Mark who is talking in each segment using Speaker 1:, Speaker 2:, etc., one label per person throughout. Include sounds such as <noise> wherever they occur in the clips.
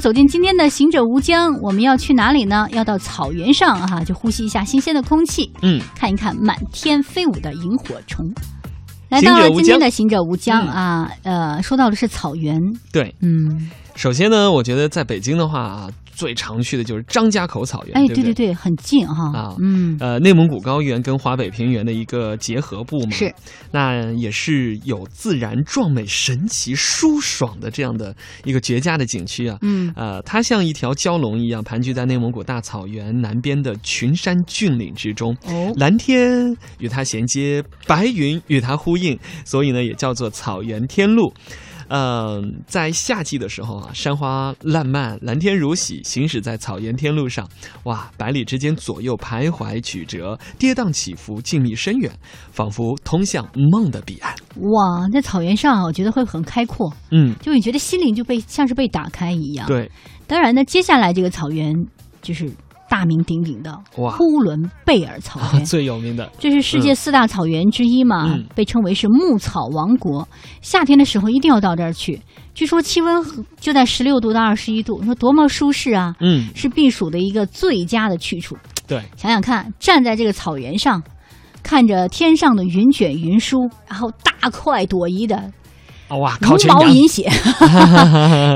Speaker 1: 走进今天的《行者无疆》，我们要去哪里呢？要到草原上哈、就呼吸一下新鲜的空气，
Speaker 2: 嗯，
Speaker 1: 看一看满天飞舞的萤火虫。来
Speaker 2: 行者
Speaker 1: 到
Speaker 2: 无
Speaker 1: 今天
Speaker 2: 疆
Speaker 1: 的《行者无疆》
Speaker 2: 嗯
Speaker 1: 啊，呃，说到的是草原，
Speaker 2: 对。
Speaker 1: 嗯，
Speaker 2: 首先呢，我觉得在北京的话，啊最常去的就是张家口草原，
Speaker 1: 哎，
Speaker 2: 对不
Speaker 1: 对对对，很近哈，
Speaker 2: 啊
Speaker 1: 嗯，
Speaker 2: 呃，内蒙古高原跟华北平原的一个结合部嘛，
Speaker 1: 是，
Speaker 2: 那也是有自然壮美、神奇舒爽的这样的一个绝佳的景区啊。
Speaker 1: 嗯
Speaker 2: 呃，它像一条蛟龙一样盘踞在内蒙古大草原南边的群山峻岭之中，
Speaker 1: 哦，
Speaker 2: 蓝天与它衔接，白云与它呼应，所以呢，也叫做草原天路。呃，在夏季的时候啊，山花烂漫，蓝天如洗，行驶在草原天路上，哇，百里之间左右徘徊曲折，跌宕起伏，静谧深远，仿佛通向梦的彼岸。
Speaker 1: 哇，在草原上啊，我觉得会很开阔，
Speaker 2: 嗯，
Speaker 1: 就你觉得心灵就被像是被打开一样。，
Speaker 2: 对，
Speaker 1: 当然呢，接下来这个草原就是大名鼎鼎的
Speaker 2: 哇
Speaker 1: 呼伦贝尔草
Speaker 2: 啊
Speaker 1: 原，
Speaker 2: <laughs> 最有名的，
Speaker 1: 这是世界四大草原之一嘛，
Speaker 2: 嗯
Speaker 1: 被称为是牧草王国。夏天的时候一定要到这儿去，据说气温就在十六度到二十一度，你说多么舒适啊！
Speaker 2: 嗯，
Speaker 1: 是避暑的一个最佳的去处。
Speaker 2: 对，
Speaker 1: 想想看，站在这个草原上，看着天上的云卷云舒，然后大快朵颐的
Speaker 2: 哇，烤
Speaker 1: 茹
Speaker 2: 全
Speaker 1: 毛
Speaker 2: 羊，
Speaker 1: 饮血，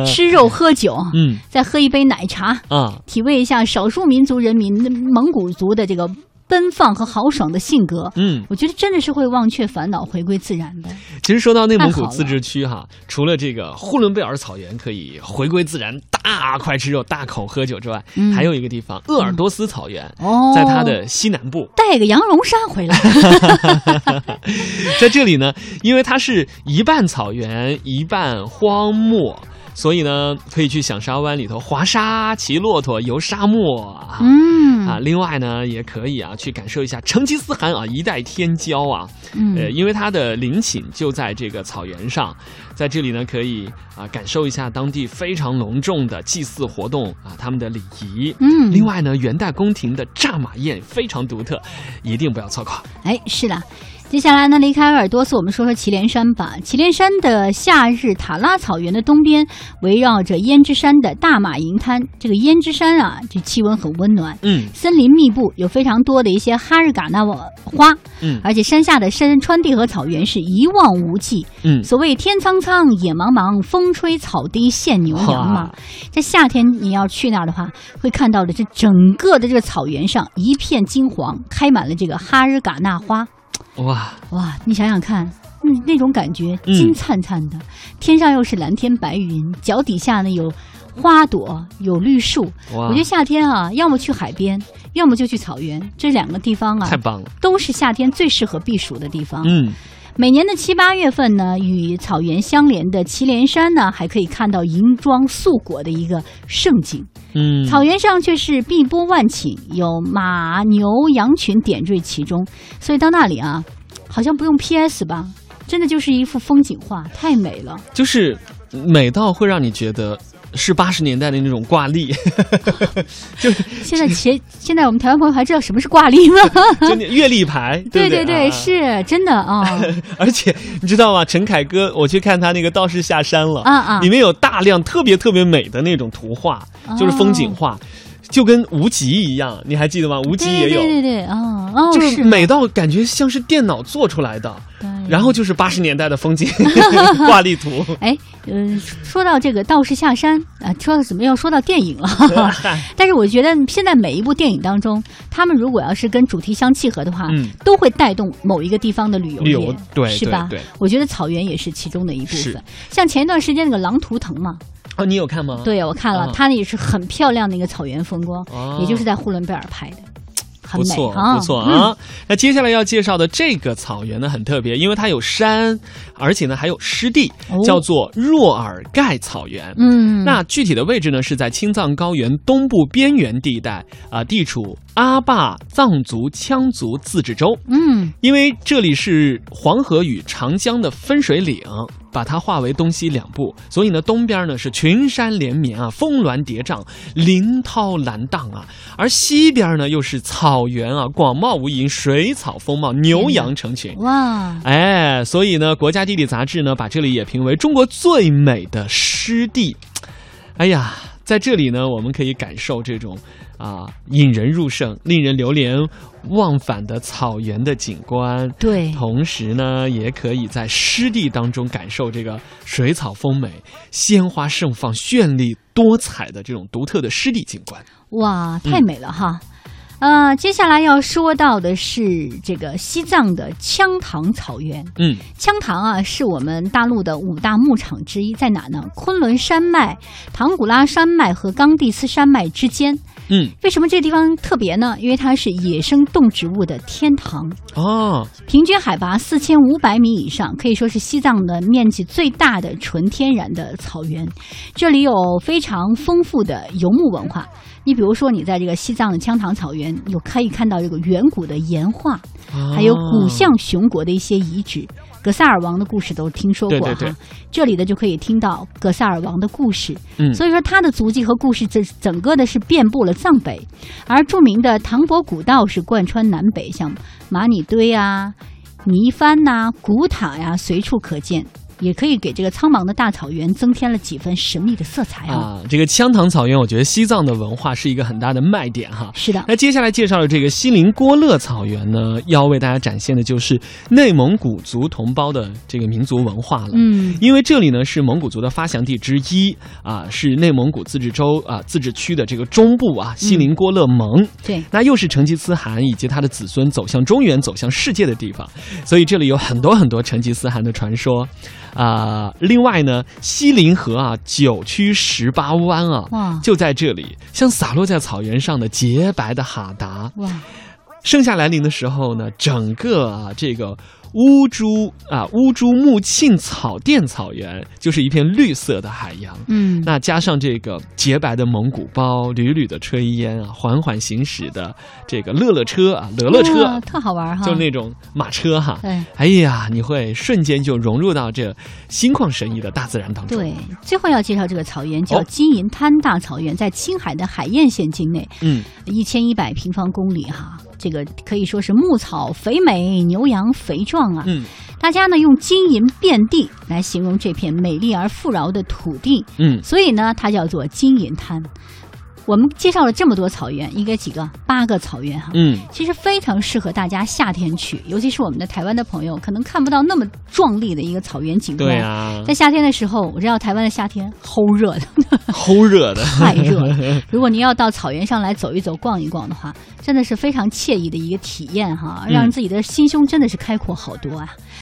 Speaker 1: 吃肉喝酒，
Speaker 2: 嗯
Speaker 1: 再喝一杯奶茶，
Speaker 2: 啊，
Speaker 1: 体味一下少数民族人民蒙古族的这个奔放和豪爽的性格。
Speaker 2: 嗯。
Speaker 1: 我觉得真的是会忘却烦恼，回归自然的。
Speaker 2: 其实说到内蒙
Speaker 1: 太
Speaker 2: 古
Speaker 1: 好
Speaker 2: 自治区哈，除了这个呼伦贝尔草原可以回归自然、大块吃肉、大口喝酒之外，
Speaker 1: 嗯
Speaker 2: 还有一个地方鄂尔多斯草原，
Speaker 1: 哦
Speaker 2: 在它的西南部。
Speaker 1: 带个羊绒衫回来，
Speaker 2: <laughs> 在这里呢，因为它是一半草原一半荒漠，所以呢可以去响沙湾里头滑沙、骑骆驼、游沙漠啊。
Speaker 1: 嗯
Speaker 2: 啊，另外呢，也可以啊，去感受一下成吉思汗啊，一代天骄啊，呃，
Speaker 1: 嗯，
Speaker 2: 因为它的陵寝就在这个草原上，在这里呢可以啊、感受一下当地非常隆重的祭祀活动啊，他们的礼仪。
Speaker 1: 嗯
Speaker 2: 另外呢，元代宫廷的炸马宴非常独特，一定不要错过。
Speaker 1: 哎，是的。接下来呢，离开鄂尔多斯，我们说说祁连山吧。祁连山的夏日塔拉草原的东边，围绕着胭脂山的大马营滩。这个胭脂山啊，这气温很温暖，
Speaker 2: 嗯
Speaker 1: 森林密布，有非常多的一些哈日嘎纳花，
Speaker 2: 嗯
Speaker 1: 而且山下的山川地和草原是一望无际。
Speaker 2: 嗯，
Speaker 1: 所谓天苍苍，野茫茫，风吹草低见牛羊嘛
Speaker 2: 哇。
Speaker 1: 在夏天你要去那儿的话，会看到的这整个的这个草原上一片金黄，开满了这个哈日嘎纳花。
Speaker 2: 哇，
Speaker 1: 哇，你想想看。那那种感觉，
Speaker 2: 嗯
Speaker 1: 金灿灿的，天上又是蓝天白云，脚底下呢有花朵，有绿树。
Speaker 2: 哇
Speaker 1: 我觉得夏天啊，要么去海边，要么就去草原，这两个地方啊
Speaker 2: 太，棒了。
Speaker 1: 都是夏天最适合避暑的地方。
Speaker 2: 嗯，
Speaker 1: 每年的七八月份呢，与草原相连的祁连山呢，还可以看到银装素裹的一个盛景。
Speaker 2: 嗯，
Speaker 1: 草原上却是碧波万顷，有马牛羊群点缀其中，所以到那里啊，好像不用 PS 吧，真的就是一幅风景画，太美了。
Speaker 2: 就是美到会让你觉得是八十年代的那种挂历， <laughs>
Speaker 1: 现在前现在我们台湾朋友还知道什么是挂历吗？
Speaker 2: 就那月历牌，
Speaker 1: 对
Speaker 2: 不
Speaker 1: <laughs>
Speaker 2: 对
Speaker 1: 对，
Speaker 2: 啊
Speaker 1: 是真的
Speaker 2: <laughs>
Speaker 1: 啊
Speaker 2: 而且你知道吗？陈凯歌，我去看他那个《道士下山了》
Speaker 1: 啊啊
Speaker 2: 里面有大量特别特别美的那种图画，
Speaker 1: 哦
Speaker 2: 就是风景画，就跟无极一样，你还记得吗？无极也
Speaker 1: 对
Speaker 2: 有，
Speaker 1: 对对对啊哦哎
Speaker 2: 就是是美到感觉像是电脑做出来的，
Speaker 1: 对
Speaker 2: 然后就是八十年代的风
Speaker 1: <laughs>
Speaker 2: 景挂历图。
Speaker 1: 哎，嗯、说到这个道士下山啊，说到怎么要说到电影
Speaker 2: <laughs>
Speaker 1: 了，但是我觉得现在每一部电影当中，他们如果要是跟主题相契合的话，
Speaker 2: 嗯
Speaker 1: 都会带动某啊一个地方的旅游
Speaker 2: 旅
Speaker 1: 业，
Speaker 2: 游对
Speaker 1: 是吧？
Speaker 2: 对对
Speaker 1: 我觉得草原也是其中的一部
Speaker 2: 是
Speaker 1: 分。像前一段时间那个《狼图腾》嘛，
Speaker 2: 哦，你有看吗？，
Speaker 1: 对我看了，
Speaker 2: 啊
Speaker 1: 它那也是很漂亮的一个草原风光，
Speaker 2: 哦
Speaker 1: 也就是在呼伦贝尔拍的，很
Speaker 2: 不
Speaker 1: 美
Speaker 2: 错，
Speaker 1: 啊，
Speaker 2: 不错啊、那接下来要介绍的这个草原呢，很特别，因为它有山，而且呢还有湿地
Speaker 1: 哦，
Speaker 2: 叫做若尔盖草原。
Speaker 1: 嗯，嗯，
Speaker 2: 那具体的位置呢，是在青藏高原东部边缘地带啊、地处阿坝藏族羌族自治州。
Speaker 1: 嗯
Speaker 2: 因为这里是黄河与长江的分水岭，把它划为东西两部，所以呢，东边呢是群山连绵啊，峰峦叠嶂，林涛蓝荡啊，而西边呢又是草原啊，广袤无垠，水草丰茂，牛羊成群。
Speaker 1: 哇，
Speaker 2: 哎，所以呢，国家地理杂志呢把这里也评为中国最美的湿地。哎呀，在这里呢，我们可以感受这种啊引人入胜、令人流连忘返的草原的景观。
Speaker 1: 对，
Speaker 2: 同时呢，也可以在湿地当中感受这个水草丰美、鲜花盛放、绚丽多彩的这种独特的湿地景观。
Speaker 1: 哇，太美了哈！呃，接下来要说到的是这个西藏的羌塘草原。
Speaker 2: 嗯，
Speaker 1: 羌塘啊，是我们大陆的五大牧场之一，在哪呢？昆仑山脉、唐古拉山脉和冈蒂斯山脉之间。
Speaker 2: 嗯
Speaker 1: 为什么这个地方特别呢？因为它是野生动植物的天堂，
Speaker 2: 哦，
Speaker 1: 平均海拔四千五百米以上，可以说是西藏的面积最大的纯天然的草原。这里有非常丰富的游牧文化。你比如说，你在这个西藏的羌塘草原，有可以看到这个远古的岩画，
Speaker 2: 哦
Speaker 1: 还有古
Speaker 2: 象。
Speaker 1: 象雄国的一些遗址。格萨尔王的故事都听说过哈，
Speaker 2: 对对对
Speaker 1: 这里的就可以听到格萨尔王的故事。
Speaker 2: 嗯
Speaker 1: 所以说他的足迹和故事，这整个的是遍布了藏北，而著名的唐勃古道是贯穿南北，像玛尼堆啊、泥帆呐、古塔呀、随处可见，也可以给这个苍茫的大草原增添了几分神秘的色彩啊。
Speaker 2: 啊，这个羌塘草原，我觉得西藏的文化是一个很大的卖点哈。
Speaker 1: 是的，
Speaker 2: 那接下来介绍的这个锡林郭勒草原呢，要为大家展现的就是内蒙古族同胞的这个民族文化了。
Speaker 1: 嗯，
Speaker 2: 因为这里呢是蒙古族的发祥地之一啊，是内蒙古自治州啊自治区的这个中部啊锡林郭勒盟。
Speaker 1: 对。
Speaker 2: 那又是成吉思汗以及他的子孙走向中原、走向世界的地方，所以这里有很多很多成吉思汗的传说，啊、另外呢，西林河啊，九曲十八弯啊，
Speaker 1: 哇
Speaker 2: 就在这里，像洒落在草原上的洁白的哈达，
Speaker 1: 哇，
Speaker 2: 盛夏来临的时候呢，整个啊这个乌珠啊乌珠穆沁草甸草原就是一片绿色的海洋。
Speaker 1: 嗯，
Speaker 2: 那加上这个洁白的蒙古包，缕缕的炊烟啊，缓缓行驶的这个乐乐车啊，乐乐车，
Speaker 1: 哇特好玩儿哈，
Speaker 2: 就那种马车哈。
Speaker 1: 对
Speaker 2: 哎呀，你会瞬间就融入到这心旷神怡的大自然当中。
Speaker 1: 对，最后要介绍这个草原叫
Speaker 2: 哦
Speaker 1: 金银滩大草原，在青海的海晏县境内，
Speaker 2: 嗯，
Speaker 1: 一千一百平方公里哈，这个可以说是牧草肥美，牛羊肥壮啊。
Speaker 2: 嗯
Speaker 1: 大家呢用金银遍地来形容这片美丽而富饶的土地，
Speaker 2: 嗯，
Speaker 1: 所以呢它叫做金银滩。我们介绍了这么多草原，应该几个？八个草原哈。
Speaker 2: 嗯，
Speaker 1: 其实非常适合大家夏天去，尤其是我们的台湾的朋友，可能看不到那么壮丽的一个草原景观。
Speaker 2: 对啊
Speaker 1: 在，夏天的时候，我知道台湾的夏天 <laughs> 齁热的，
Speaker 2: 齁热的。
Speaker 1: 太热了。如果您要到草原上来走一走、逛一逛的话，真的是非常惬意的一个体验哈，
Speaker 2: 嗯
Speaker 1: 让自己的心胸真的是开阔好多啊。